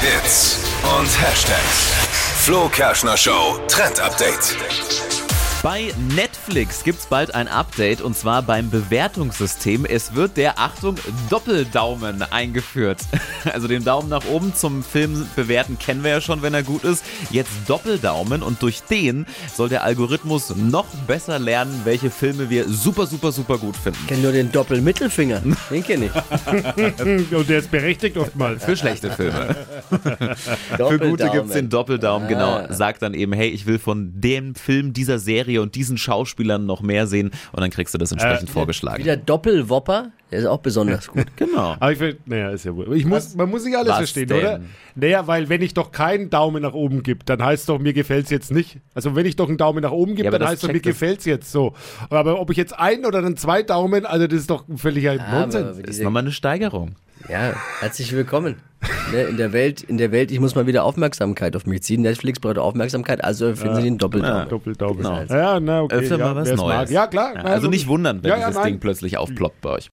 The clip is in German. Hits und Hashtags. Flo Kerschner Show Trend Update. Bei Netflix gibt's bald ein Update und zwar beim Bewertungssystem. Es wird der, Achtung, Doppeldaumen eingeführt. Also den Daumen nach oben zum Film bewerten kennen wir ja schon, wenn er gut ist. Jetzt Doppeldaumen und durch den soll der Algorithmus noch besser lernen, welche Filme wir super, super, super gut finden. kenne nur den Doppelmittelfinger. Den kenne ich. Und der ist berechtigt oftmals. Für schlechte Filme. Für gute Doppeldaumen. gibt's den Doppeldaumen, genau. Sagt dann eben, hey, ich will von dem Film, dieser Serie und diesen Schauspielern noch mehr sehen und dann kriegst du das entsprechend vorgeschlagen. Wieder Doppelwopper, der ist auch besonders gut. Genau. Aber ich will, naja, ist ja wohl. Ich muss, man muss nicht alles was verstehen, denn? oder? Naja, weil wenn ich doch keinen Daumen nach oben gebe, dann heißt doch, mir gefällt's jetzt nicht. Also wenn ich doch einen Daumen nach oben gebe, Ja, aber dann das heißt doch, mir checkt das- gefällt's jetzt so. Aber ob ich jetzt einen oder dann zwei Daumen, also das ist doch ein völliger Ah, Aber Nonsens. Ist diese, nochmal eine Steigerung. ja, herzlich willkommen. Ne, in der Welt, in der Welt, ich muss mal wieder Aufmerksamkeit auf mich ziehen. Netflix braucht Aufmerksamkeit, also erfinden sie den Doppeldaum. Doppeldaumen. Genau. Ja, na okay. Öfter ja, mal was wer's Neues. mag. Ja, klar. Ja, also nicht wundern, wenn Ja, ja, dieses nein. Ding plötzlich aufploppt bei euch.